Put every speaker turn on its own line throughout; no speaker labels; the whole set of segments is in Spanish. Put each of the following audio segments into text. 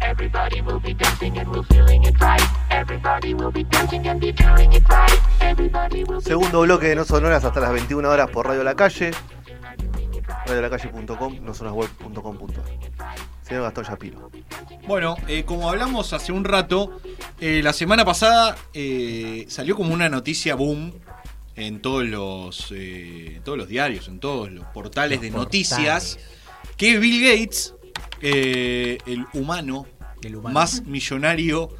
Everybody will be dancing and we're feeling it right. Everybody will be dancing and be doing it right. Everybody will be
Segundo bloque de No Sonoras hasta las 21 horas por Radio La Calle. Radiolacalle.com, nosonasweb.com.ar. Señor Gastón Shapiro.
Bueno, eh, como hablamos hace un rato, eh, la semana pasada eh, salió como una noticia boom en todos los, eh, en todos los diarios, en todos los portales
Los
de
portales.
noticias, que Bill Gates, eh, el humano
El humano.
más millonario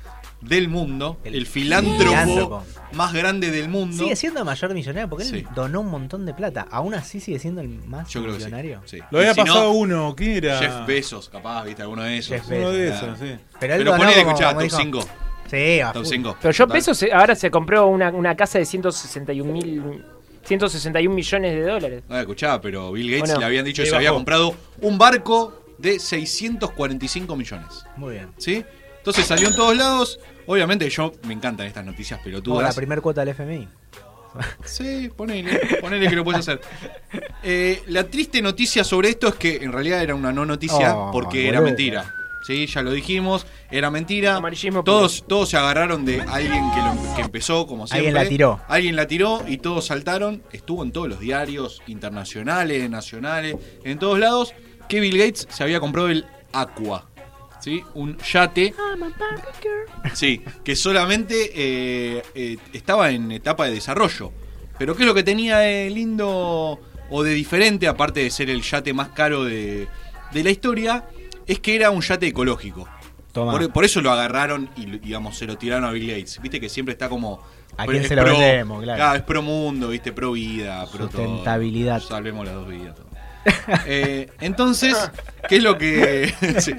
del mundo, el,
El
filántropo,
filántropo.
más grande del mundo.
Sigue siendo mayor millonario porque él
Sí.
donó un montón de plata. Aún así sigue siendo el más
Yo creo que sí,
millonario.
sí.
Lo había
Y si no,
pasado uno, ¿quién era?
Jeff Bezos, capaz, viste, alguno de esos.
Jeff Bezos.
Uno de
Claro.
esos, sí.
Pero él
Pero
donó
ponele,
como-
escuchá,
como
top
dijo-
5.
Sí, a
Top
full.
5.
Pero yo peso se- ahora se compró una, una casa de 161 mil 161 millones de dólares.
No la escuchaba, pero Bill Gates
Bueno,
le habían dicho
le
que se había
bajó.
comprado un barco de 645 millones.
Muy bien.
¿Sí? Entonces salió en todos lados. Obviamente, yo me encantan estas noticias
Como la
pelotudas.
primera cuota del FMI.
Sí, ponele, ponele que lo puedes hacer. Eh, la triste noticia sobre esto es que en realidad era una no noticia
Oh,
porque era
boludo.
mentira. Sí, ya lo dijimos, era mentira.
Amarillismo puro.
Todos, todos se agarraron de alguien que, lo- que empezó, como siempre.
Alguien la tiró.
Alguien la tiró y todos saltaron. Estuvo en todos los diarios internacionales, nacionales, en todos lados. Que Bill Gates se había comprado el Aqua. ¿Sí? Un yate. Sí, que solamente eh, eh, estaba en etapa de desarrollo. Pero ¿qué es lo que tenía de lindo o de diferente, aparte de ser el yate más caro de, de la historia? Es que era un yate ecológico.
Toma.
Por, por eso lo agarraron y digamos, se lo tiraron a Bill Gates. Viste que siempre está como...
¿A
pro-
quién
es
se lo vendemos? Claro.
es pro mundo, viste, pro vida, pro todo.
Sustentabilidad.
Salvemos las dos vidas. todo. Eh, entonces, ¿qué es lo que sí,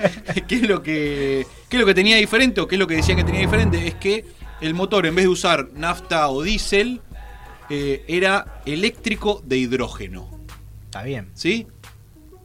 qué es lo que qué es lo que tenía diferente o qué es lo que decían que tenía diferente es que el motor en vez de usar nafta o diésel eh, era eléctrico de hidrógeno,
Está bien.
¿sí?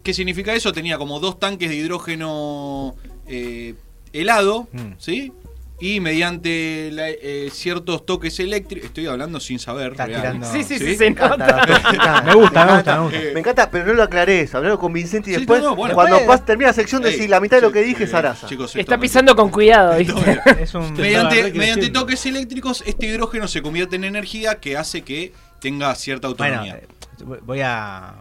¿Qué significa eso? Tenía como dos tanques de hidrógeno eh, helado,
Mm.
¿sí? Y mediante la- eh, ciertos toques eléctricos, estoy hablando sin saber,
Está
real.
tirando- No.
Sí, sí, sí,
¿Sí?
se nota.
Me gusta, me gusta, me gusta.
Eh,
Me encanta, pero no lo aclares. Hablalo con Vicente y
Sí,
después,
no, no, bueno.
cuando
Después-
pas- termina la sección, decís
Ey,
la mitad de lo
sí,
que dije
eh,
es Sarasa.
chicos, soy
Está
tormento.
pisando con cuidado, ¿viste?
Esto-
Es un.
La verdad
mediante,
que
mediante
sí.
toques eléctricos, este hidrógeno se convierte en energía que hace que tenga cierta
Bueno,
autonomía.
eh, voy a.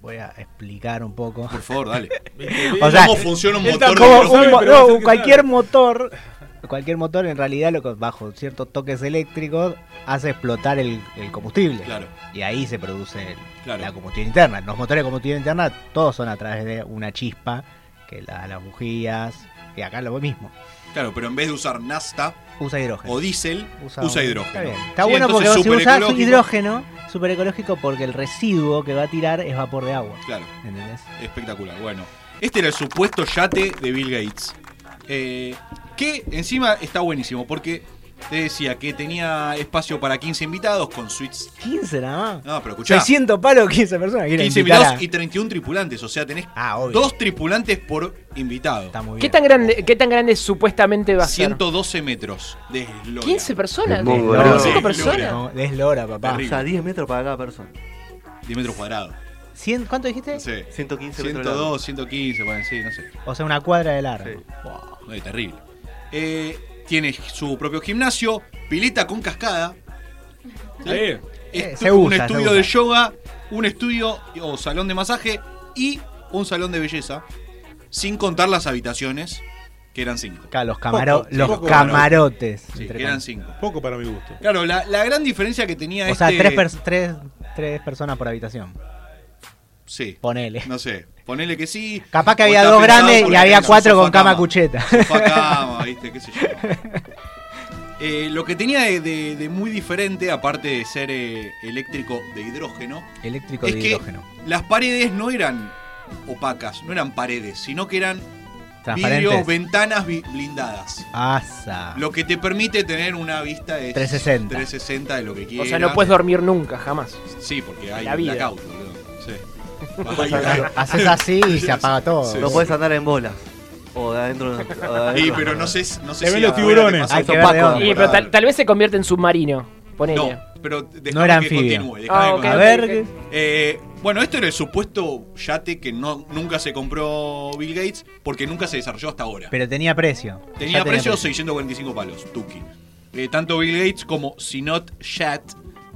Voy a explicar un poco.
Por favor, dale.
O sea,
¿Cómo funciona un
él
motor?
tampoco
de
Como
Pero
hidrógeno?
un
sabe,
mo-
pero
no,
sé que
cualquier
sabe.
motor, cualquier motor en realidad lo que- bajo ciertos toques eléctricos hace explotar el, el combustible.
Claro.
Y ahí se produce el-
Claro.
la combustión interna. Los motores de combustión interna todos son a través de una chispa que la, las bujías y acá lo mismo.
Claro, pero en vez de usar nafta
Usa hidrógeno.
o diésel, usa,
un- Está,
hidrógeno.
bien. Está
Sí,
bueno
entonces
porque si
súper
usas
ecológico.
hidrógeno, super ecológico porque el residuo que va a tirar es vapor de agua.
Claro,
¿Entendés?
espectacular. Bueno, este era el supuesto yate de Bill Gates. Eh, que encima está buenísimo porque te decía que tenía espacio para 15 invitados con suites.
15 nada más.
No, pero escuchá.
600 palos, 15 personas. Quiero
15
invitar
invitados
a-
y 31 tripulantes. O sea, tenés
Ah, obvio.
dos tripulantes por invitado.
Está muy bien.
¿Qué tan grande, qué tan grande supuestamente va a ser?
112 metros de eslora.
15 personas.
Es muy
¿no?
bueno.
Cinco
Sí,
personas.
No, es Lora, papá.
O sea, 10 metros para cada persona.
de metros cuadrados.
Cien- ¿Cuánto dijiste?
No sé.
115 metros. de largo.
102, 115, bueno, sí, no sé.
O sea, una cuadra de largo.
Sí.
Wow.
No, es terrible. Eh, tiene su propio gimnasio, pileta con cascada,
Está bien.
Eh,
estu-
se
un
usa, se
estudio
usa.
de yoga, un estudio o salón de masaje y un salón de belleza, sin contar las habitaciones, que eran cinco.
Acá los, camaro-
Poco, sí,
los
poco
camarotes.
Sí,
entre
que eran
com-
cinco.
Poco para mi gusto.
Claro, la, la gran diferencia que tenía
o sea,
este-
tres, pers- tres, tres personas por habitación.
Sí,
Ponele.
no sé, ponele que sí.
Capaz que
o
había
está
dos
pensado
grandes y
porque
había
tenés un
cuatro con
sofá
cama
cama.
cucheta.
sofá cama, ¿viste? ¿Qué sé yo? Eh, lo que tenía de, de- de muy diferente, aparte de ser eh, eléctrico de hidrógeno,
Eléctrico
es
de
que
hidrógeno.
las paredes no eran opacas, no eran paredes, sino que eran
Transparentes.
vidrios, ventanas bi- blindadas.
Asa.
Lo que te permite tener una vista de
360.
360 de lo que quieras.
O sea, no puedes dormir nunca, jamás.
Sí, porque hay
La vida.
blackout, boludo.
Sí.
Hay blackout.
Haces así y se apaga todo.
Sí.
No puedes andar en bolas. O de adentro. o de adentro.
Sí, pero no sé, no sé
Le
si
ven los
ahora
tiburones.
te pasa
Hay
esto,
que ver de
Paco,
dónde.
Y, pero tal,
temporal.
tal vez se convierte en submarino. Ponele.
No, pero dejame
No era
que
anfibio.
continúe. dejame
Ah,
que
ok.
A
continúe.
ver. ¿qué?
Eh, bueno, esto era el supuesto yate que no, nunca se compró Bill Gates porque nunca se desarrolló hasta ahora.
Pero tenía precio. Ya
tenía precio 645 palos, Tuki. Eh, tanto Bill Gates como Sinot Chat,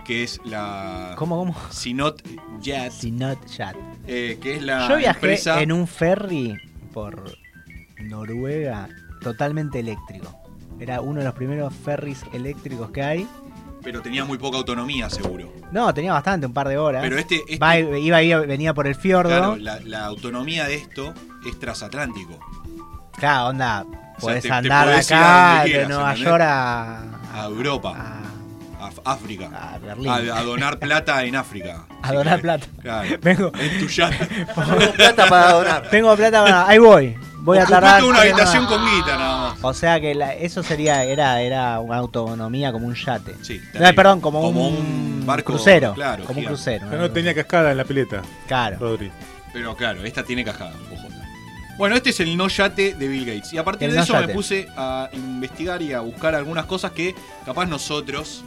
que es la.
¿Cómo, cómo?
Sinot Jet,
Si not chat.
eh, que es la
Yo viajé
empresa.
en un ferry por Noruega totalmente eléctrico. Era uno de los primeros ferries eléctricos que hay.
Pero tenía muy poca autonomía, seguro.
No, tenía bastante, un par de horas.
Pero este. este-
Va- iba, iba- venía por el fiordo.
claro,
Claro,
la, la autonomía de esto es transatlántico.
onda. Podés
te- te
andar de
podés ir a
acá,
donde
de
quieras,
Nueva
¿entendés?
York a.
A Europa,
a-
a, F- África.
a Ah, Berlín.
A, a donar plata en África.
A
Si querés.
donar plata.
Claro.
Vengo,
En tu yate.
Tengo plata para donar.
tengo plata para. Ahí voy. Voy a
Ocupate
tardar.
una habitación
nada.
con guita nada más.
O sea que la- eso sería era era una autonomía como un yate.
Sí,
no,
terrible.
perdón, como,
Como
un,
un barco,
crucero.
claro,
como un
gigante.
crucero.
Ya no tenía cascada en la pileta,
Claro.
Rodri.
Pero claro, esta tiene cajada, ojo. Bueno, este es el no yate de Bill Gates. Y a partir
El
de
no
eso
yate.
me puse a investigar y a buscar algunas cosas que capaz nosotros,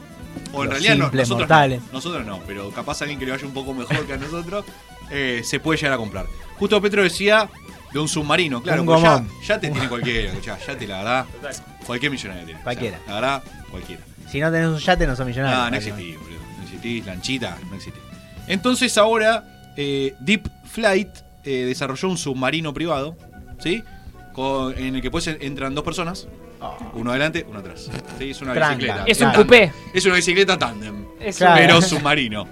o en
Los
realidad no,
simples
nosotros,
mortales.
no, nosotros no, pero capaz alguien que le vaya un poco mejor que a nosotros, eh, se puede llegar a comprar. Justo Petro decía de un submarino, claro,
Un
porque ya,
gomón.
ya te tiene cualquiera, ya, ya te la verdad, cualquier millonario tiene. o sea,
Cualquiera.
la verdad, cualquiera.
Si no tenés un yate no sos millonario.
Ah, no existí, boludo. No existí, lanchita, no existí. Entonces ahora eh, Deep Flight eh, desarrolló un submarino privado, ¿sí? Con- en el que pues en- entran dos personas, uno adelante, uno atrás. Sí, es una
Tranca.
bicicleta.
Es un
Claro.
tándem.
coupé.
Es una bicicleta tándem,
Es
Claro.
pero submarino.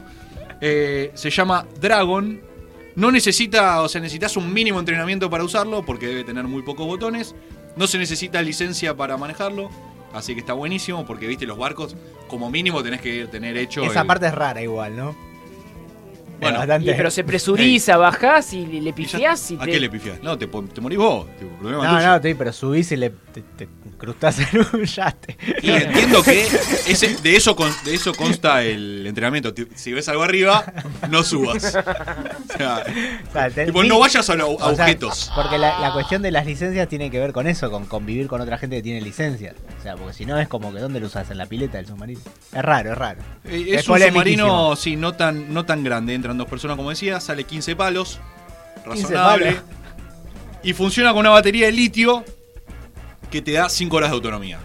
Eh, se llama Dragon. No necesita, o sea, necesitas un mínimo entrenamiento para usarlo porque debe tener muy pocos botones. No se necesita licencia para manejarlo. Así que está buenísimo porque, viste, los barcos, como mínimo tenés que tener hecho.
Esa
el-
parte es rara igual, ¿no?
Bueno,
un- y- pero se presuriza, bajás y le, le
y ya-
pifiás y
¿A
te-
qué le pifiás? No, te, po- te morís vos. tipo, problema
No,
tuyo.
no, sí, pero subís y le te, te incrustás en un yate.
Y entiendo que ese- de, eso con- de eso consta el entrenamiento. Ti- Si ves algo arriba, no subas. O sea,
O sea, te-
tipo, no vayas a, los
o sea,
objetos.
Porque la, la cuestión de las licencias tiene que ver con eso, con convivir con otra gente que tiene licencias. O sea, porque si no es como que ¿dónde lo usas? En la pileta del submarino. Es raro, es raro.
Eh,
es
Es, un
polemiquísimo.
submarino, sí, no tan, no tan grande. Entran dos personas, como decía, sale 15 palos.
15
Razonable.
palos.
Y funciona con una batería de litio que te da 5 horas de autonomía.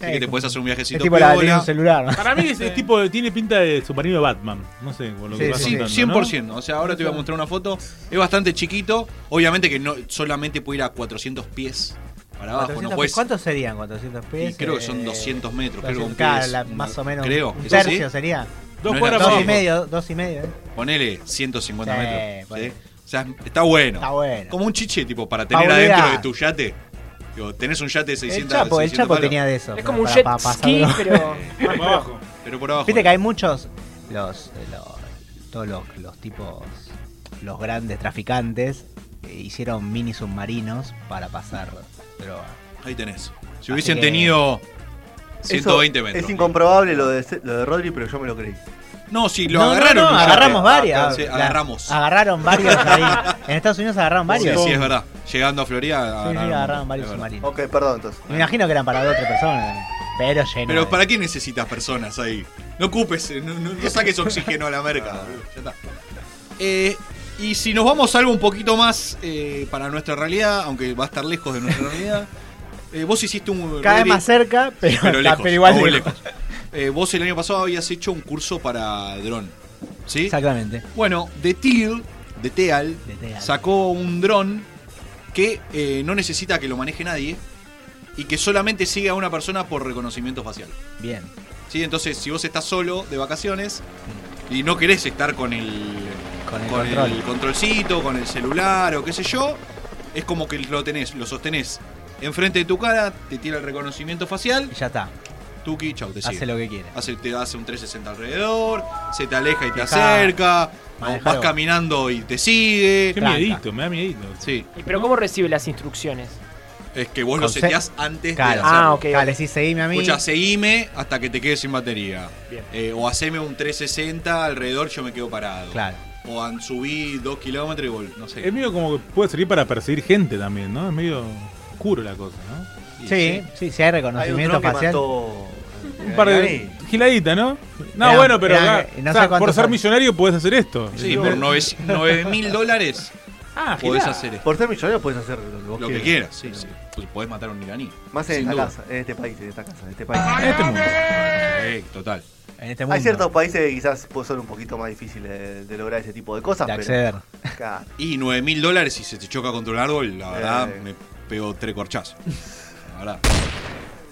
Así que te puedes hacer un
Es
viajecito
tipo la batería de
piola.
un celular. ¿no?
Para mí es, es tipo, tiene pinta de submarino de Batman. No sé, por lo
Sí,
que vas
Sí,
contando,
100%. O sea, ahora te voy a mostrar una foto. Es bastante chiquito. Obviamente que no solamente puede ir a 400 pies para abajo.
400
no puedes,
¿Cuántos serían 400 pies?
y creo que son
Eh,
200 metros. Creo que un
claro,
pie es
la-
un-
más o menos.
Creo.
Un
¿Es así?
tercio sería.
¿no? Dos
No,
cuadras
no,
más
abajo.
Dos y medio, dos y medio. ¿eh?
Ponele 150
Sí,
metros.
ponele.
¿sí? O sea, está bueno.
Está bueno.
Como un chiche, tipo, para
Pa'
tener
boludear.
adentro de tu yate. Digo, tenés un yate de 600
El Chapo, el
600
Chapo
palos,
tenía de eso.
Es como un
para-
jet
para pasar
ski,
droga.
pero.
Más abajo.
Pero por abajo.
Viste que hay muchos. Los. los- todos los, los tipos. Los grandes traficantes. eh, hicieron mini submarinos para pasar droga.
Ahí tenés. Si
Así
hubiesen
que-
tenido
Eso
120 metros.
Es incomprobable lo de, lo de Rodri, pero yo me lo creí.
No, sí, lo
No, no,
agarraron.
no,
un yate. Ah,
agarramos varias.
Sí,
La-
agarramos.
Agarraron varios ahí. En Estados Unidos agarraron
Sí,
varios.
sí, es verdad. Llegando a Florida.
Sí, sí,
un
agarraron
montón,
varios
es verdad.
submarinos.
Ok, perdón, entonces.
Me imagino que eran para dos o tres personas. Pero lleno.
Pero
de-
¿para qué necesitas personas ahí? No ocupes, no, no- no saques oxígeno a la
Ah.
merca. boludo, ya está. Eh, y si nos vamos a algo un poquito más eh, para nuestra realidad, aunque va a estar lejos de nuestra realidad, eh, vos hiciste un...
Cada vez
Rodri,
más cerca, pero,
pero lejos,
pero igual
aún
lejos.
lejos. Eh, vos el año pasado habías hecho un curso para dron. ¿Sí?
Exactamente.
Bueno, de Teal, de Teal,
De Teal.
sacó un dron que eh, no necesita que lo maneje nadie y que solamente sigue a una persona por reconocimiento facial.
Bien.
¿Sí? Entonces, si vos estás solo de vacaciones y no querés estar con el,
Con el
con el
control.
controlcito, con el celular o qué sé yo, es como que lo tenés, lo sostenés enfrente de tu cara, te tira el reconocimiento facial,
Y ya está.
tuki, chau, te
Hace
sigue.
lo que quiere.
Hace- te hace un 360 alrededor, se te aleja y te
Fijá.
acerca,
Manejalo.
vas caminando y te sigue.
Qué
Tranca.
miedito, me da miedito.
Sí.
¿Y ¿Pero cómo recibe las instrucciones?
Es que vos lo
Conce-
seteás antes
Claro.
de hacerlo.
Ah, ok.
Claro, le decís seguime a mí.
Escucha, seguime hasta que te quedes sin batería.
Bien.
Eh, o haceme un 360 alrededor, yo me quedo parado.
Claro.
O an- subí dos kilómetros y vol No sé.
Es medio como que puede servir para perseguir gente también, ¿no? Es medio oscuro la cosa, ¿no?
Y
Sí, sí, sí, hay
Hay un
reconocimiento
dron que
facial.
mató.
Un par de.
Gané.
Giladita, ¿no? No,
Mirá,
bueno, pero
mirá,
acá,
que no
o sea,
sé cuántos
por ser
son.
millonario puedes hacer esto.
Sí, por 9 mil dólares
Ah,
podés
gilá.
hacer esto.
Por ser millonario puedes hacer lo que vos
Lo que quieras, sí, sí. Pues podés matar a un iraní.
Más en
Sin
esta
duda.
casa, en este país, en esta casa, en este país.
En este mundo.
Eh, total.
En este mundo.
Hay ciertos países que quizás puede ser un poquito más difícil de, de lograr ese tipo de cosas,
de
pero.
acceder.
Claro.
Y 9 mil dólares si se te choca contra un árbol, la verdad,
Eh.
me pego tres corchazos. La verdad.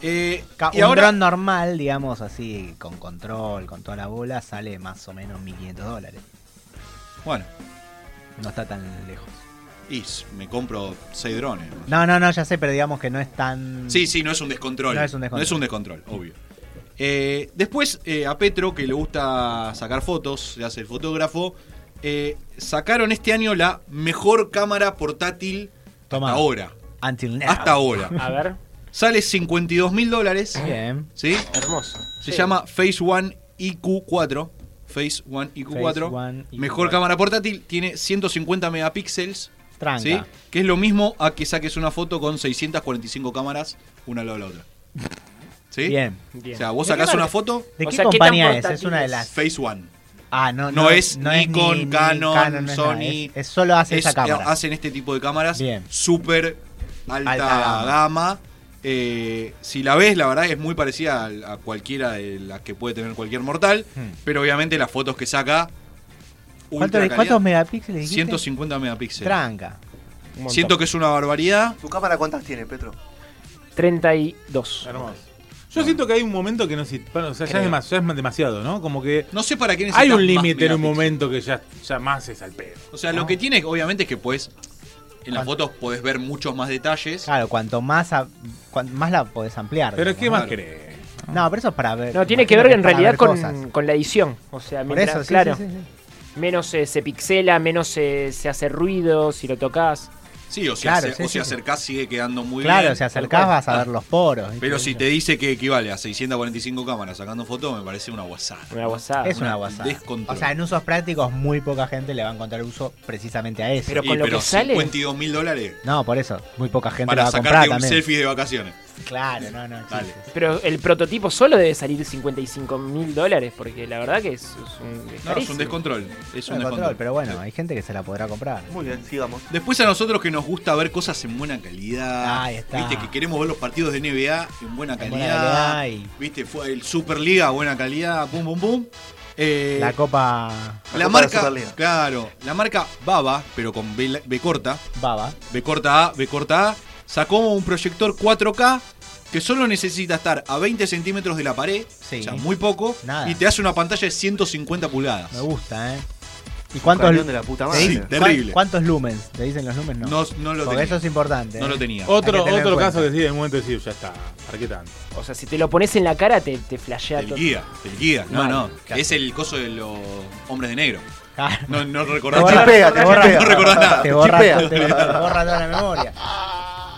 Eh,
Ca-
y
un
ahora,
dron normal, digamos así, con control, con toda la bola, sale más o menos 1.500 dólares.
bueno,
No está tan lejos.
y s- me compro 6 drones. ¿no?
No, no, no, ya sé, pero digamos que no es tan...
Sí, sí, no es un descontrol.
No es un descontrol.
descontrol, obvio. Eh, después, eh, a Petro, que le gusta sacar fotos, le hace el fotógrafo, eh, sacaron este año la mejor cámara portátil
Toma.
hasta ahora.
Until now.
Hasta ahora.
A ver,
Sale 52 mil dólares.
Bien.
¿Sí?
hermoso.
Se
Sí.
llama Phase One IQ4. Phase One IQ4.
Phase One IQ4.
Mejor cámara portátil. Tiene 150 megapíxeles.
Tranca.
¿sí? Que es lo mismo a que saques una foto con 645 cámaras, una al lado de la otra. ¿Sí?
Bien.
Bien.
O sea, vos
¿De qué
sacás
marca?
una foto,
¿De
O
qué
sea, ¿qué tan
compañía es? Es
portátil
una de
es?
las...
Phase One.
Ah, no,
No es Nikon,
ni- ni
Canon,
no es
Sony.
nada, Es, es solo hace
Es-
esa cámara.
Hacen este tipo de cámaras.
Bien.
Súper alta,
Alta
gama.
gama.
Eh, si la ves, la verdad es muy parecida al- a, cualquiera de las que puede tener cualquier mortal.
Hmm.
Pero obviamente las fotos que saca. ultra
¿Cuántos,
calidad.
cuántos megapíxeles dijiste?
150 megapíxeles.
Tranca.
Un montón.
Siento que es una barbaridad.
¿Tu cámara cuántas tiene, Petro?
32.
Hermoso. Yo siento que hay un momento que no se- bueno, o sea, ya es,
Creo.
demas- ya es demasiado, ¿no? Como que
No sé para quién
hay un límite en un momento que ya, ya más es al pedo.
O sea, lo que tiene, obviamente, es que puedes. En las
¿Cuánto?
fotos podés ver muchos más detalles.
Claro, cuanto más, a- cuan- más la podés ampliar.
Pero
digamos.
¿qué más querés?
No, pero eso es para ver.
No, tiene que
imagino
ver en
para
realidad
cosas.
con, con la edición. O sea,
Por
mientras,
eso, sí,
claro,
sí, sí, sí.
menos eh, se pixela, menos eh, se hace ruido si lo tocas.
Sí, o si,
Claro,
ace-
sí,
o
sí,
si
sí.
acercás, sigue quedando muy
Claro,
bien.
si acercás vas a ver los poros. ¿viste?
Pero si te dice que equivale a 645 cámaras sacando fotos, me parece una guasada.
Una WhatsApp.
Es una
una
guasada.
descontrol.
O sea, en usos prácticos muy poca gente le va a encontrar uso precisamente a eso.
Pero
Y,
con lo
pero
que sale-
52 mil dólares
No, por eso. Muy poca gente
para
la va a
sacarte
comprar
un
también.
selfie de vacaciones.
Claro, no, no. sí,
Dale.
sí, sí.
Pero el prototipo solo debe salir 55 mil dólares, porque la verdad que es, es un. es
No, es un
carísimo.
descontrol. Es un
No hay
descontrol.
control, pero bueno, eh. hay gente que se la podrá comprar.
Muy bien, sigamos.
Después a nosotros que nos gusta ver cosas en buena calidad.
Ahí está.
Viste que queremos ver los partidos de NBA en buena
buena
calidad.
calidad y-
Viste, fue el Superliga, buena calidad, pum pum pum. Eh,
La copa
la
La Copa de la
marca,
Superliga.
claro, la marca Baba, pero con B, la- B corta,
baba.
B corta A, B corta A, sacó un proyector 4K que solo necesita estar a 20 centímetros de la pared,
Sí.
o sea, muy poco,
Nada.
y te hace una pantalla de 150 pulgadas.
Me gusta, ¿eh? ¿Y
Camión
cuántos,
de la puta
Sí,
madre.
cuán-
terrible.
cuántos lumens? ¿Te dicen los lumens? No.
No, no lo
Porque
tenía.
eso es importante.
no
¿eh?
lo tenía.
Otro,
Hay que tener
otro
en
caso que
cuenta.
sí, en un momento decís, ya está, ¿para qué tanto?
O sea, si te lo pones en la cara, te, te flashea
Del
todo.
guía, del guía. No,
Mal.
no. Es el coso de los hombres de negro.
Claro.
No, no
Te
recordás
borra,
nada.
chipea, te borra.
No recordás nada.
Te borra,
Chipea.
te- te borra toda la memoria.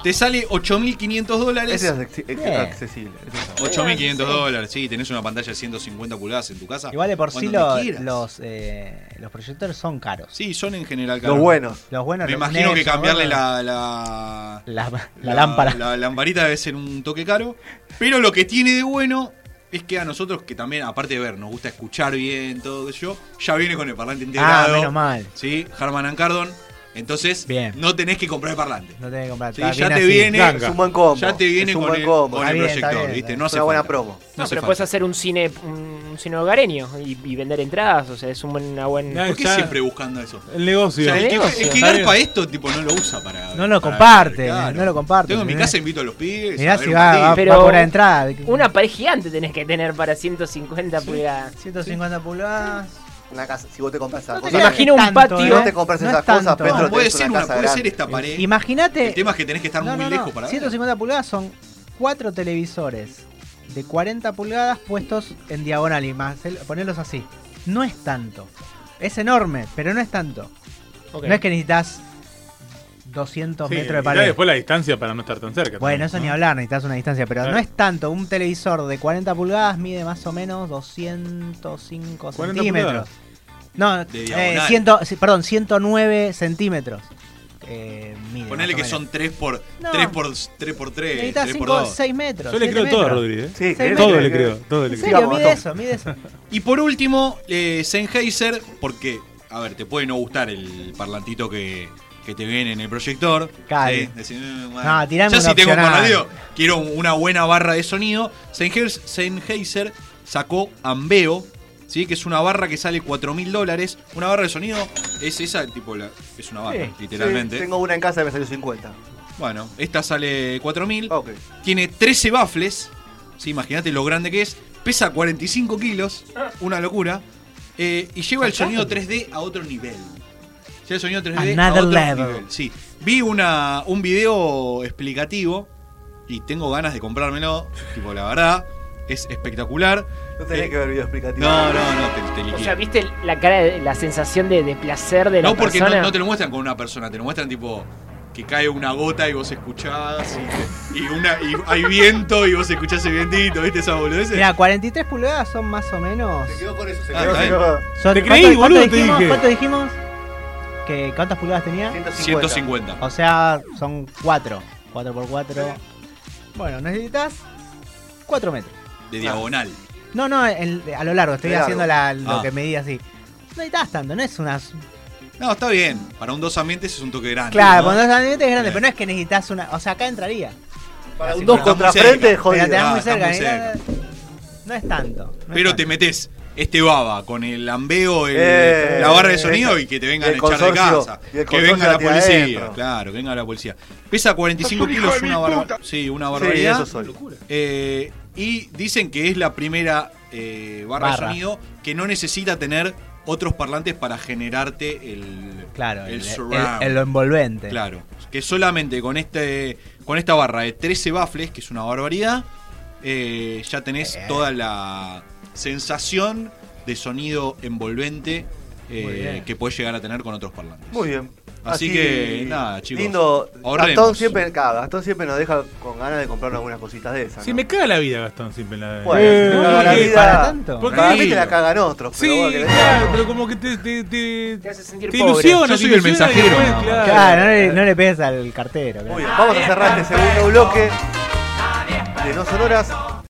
Te sale 8.500 dólares.
Ese es acce- ex-
Bien.
accesible. ese está.
8.500 dólares, sí. Tenés una pantalla de 150 pulgadas en tu casa.
Igual de por sí
cuando
lo-
te quieras.
los, eh, los proyectores son caros.
Sí, son en general caros.
Los buenos.
Los buenos
Me
los
imagino que
Nepson,
cambiarle
bueno,
la... La,
la, la lámpara.
La, lamparita debe ser un toque caro. Pero lo que tiene de bueno es que a nosotros, que también, aparte de ver, nos gusta escuchar bien, todo eso, ya viene con el parlante
ah,
integrado.
menos mal.
Sí, Harman and Kardon. Entonces,
Bien.
no tenés que comprar el parlante.
No tenés que comprar.
Sí,
está
ya te
bien así.
viene,
Ganga.
Es un buen combo.
ya te viene
es un
con
buen
el,
combo.
con
Está
el
bien,
proyector,
está bien,
¿viste?
está
No
es
hace
una buena
falta.
promo.
No
No,
hace
pero
falta.
puedes hacer un cine un cine hogareño y, y vender entradas, o sea, es un buen- una buena.
Ay,
¿Por qué
Ya-
siempre buscando eso?
El
O
negocio.
sea, el, que,
negocio,
el que
está
garpa
bien.
esto, tipo, no lo usa para.
No lo
para-
comparte, no lo comparte,
Tengo en mi
mirá.
casa, invito a los pibes. a
Mirá
ver
si
un
va,
partido.
va,
Pero-
va por la entrada.
Una pared gigante tenés que tener para pues, 150 pulgadas.
150 pulgadas.
Una casa, si vos te compras esa
No te
cosa.
imaginas imagino un
Tanto,
patio.
¿eh?
No te compras
No
esas
es tanto.
cosas, Pedro.
No,
Pero
puede
tenés una
ser una,
casa
puede ser
grande.
esta pared.
Imagínate.
El tema es que tenés que estar
No,
muy
no, no.
lejos para verla.
150 pulgadas son cuatro televisores de 40 pulgadas puestos en diagonal y más. el- Ponerlos así. No es tanto. Es enorme, pero no es tanto.
Ok.
No es que necesitas 200
Sí,
metros de
y
pared.
después la distancia para no estar tan cerca.
Bueno,
también,
eso
¿no?
ni hablar, necesitas una distancia, pero
Claro.
no es tanto. Un televisor de 40 pulgadas mide más o menos 205
40
centímetros. No,
De
eh,
diagonal.
100 sí, perdón, 109 centímetros. Eh, mide,
Ponele
más o
que
menos.
son 3 por
No.
3 por 3 por 3,
Necesitas
3 por
5 o
2.
6 metros.
Eh, Yo le
siete
creo todo a
metros.
Rodríguez. ¿eh?
Sí,
Seis
Todo
metros.
le creo, todo le
En
creo.
serio,
Sigamos,
mide
Gastón.
eso, mide eso.
Y por último, eh, Sennheiser, porque, a ver, te puede no gustar el parlantito que, que te viene en el proyector.
Claro.
Sí, decís, "Mm, bueno".
No, tirame
Ya
un
si tengo un
opcional.
parlantito, quiero una buena barra de sonido. Sennheiser, Sennheiser sacó Ambeo, ¿sí? que es una barra que sale 4 mil dólares. Una barra de sonido es esa, tipo, la- es una barra,
Sí,
literalmente.
Sí, tengo una en casa que me salió 50.
Bueno, esta sale 4000.
Ok.
Tiene 13 baffles. ¿sí? Imagínate lo grande que es. Pesa 45 kilos. Una locura. Eh, y lleva el sonido 3D a otro nivel. Lleva el sonido 3D a
Another
otro
level.
nivel. Sí. Vi una, un video explicativo. Y tengo ganas de comprármelo. Tipo, la verdad. Es espectacular.
No tenés
Eh,
que ver video explicativo.
No, no, no, te, te
O
liquido.
sea, ¿viste la cara, de- la sensación de, de placer de la
No, porque no,
persona?
no te lo muestran con una persona, te lo muestran tipo que cae una gota y vos escuchás y, y una, y hay viento y vos escuchás el vientito, ¿viste esa boludez?
Mira, 43 pulgadas son más o menos.
Se quedó con eso, se
Ah,
quedó,
está
se
bien.
quedó.
Son,
Te creí,
¿cuánto,
boludo,
cuánto
te
dijimos,
dije.
¿Cuánto dijimos? Que, ¿Cuántas pulgadas tenía?
150.
150.
O sea, son 4. 4 por 4. Bueno, necesitas 4 metros.
De diagonal.
No, no, el- a lo largo, estoy
De largo.
haciendo la- lo
Ah.
que me di así. No necesitas tanto, no es una.
No, está bien. Para un dos ambientes es un toque
Ah,
grande.
Claro,
¿no?
cuando es grande es grande,
Bien.
pero no es que necesitas una. O sea, acá entraría.
Para un
Así
2
que-
contra
Está muy
frente,
cerca.
jodido.
Pero te das
Ah,
muy
está
cerca,
muy
mirá, No es tanto. no es
Pero te
tanto.
metes este baba con el ambeo, el-
Eh,
la barra de sonido
esa.
y que te vengan
Y
a
el
echar de
consorcio-
casa.
y el
Que venga
consorcio
la
hacia
policía,
adentro.
claro, que venga la policía. Pesa 45 kilos, una barba. Sí, una
Sí,
barbaridad.
eso soy.
Eh, y dicen que es la primera eh, barra,
Barra.
de sonido que no necesita tener otros parlantes para generarte el,
Claro,
el
el, el,
surround.
el- lo envolvente.
Claro, que solamente con este con esta barra de 13 baffles, que es una barbaridad, eh, ya tenés
Eh.
toda la sensación de sonido envolvente eh,
Muy bien.
que podés llegar a tener con otros parlantes.
Muy bien.
Así que, nada, chicos,
Lindo.
ahorremos.
Gastón siempre, claro, Gastón siempre nos deja con ganas de comprar algunas cositas de esas.
Si
¿no?
me caga la vida, Gastón, siempre la
Bueno,
Eh,
me
¿no?
caga
¿Por
la
qué?
vida.
¿Para tanto?
¿Por
Para
qué?
mí te la cagan otros,
Sí,
pero vos que le-
claro, pero como que te, te, te,
Te hace sentir
te
pobre.
ilusiona.
Yo
te
soy el
ilusiona y
mensajero,
después,
nada más.
Claro, no le, no le pegas al cartero. claro.
Muy bien, vamos a cerrar este segundo bloque de No Sonoras.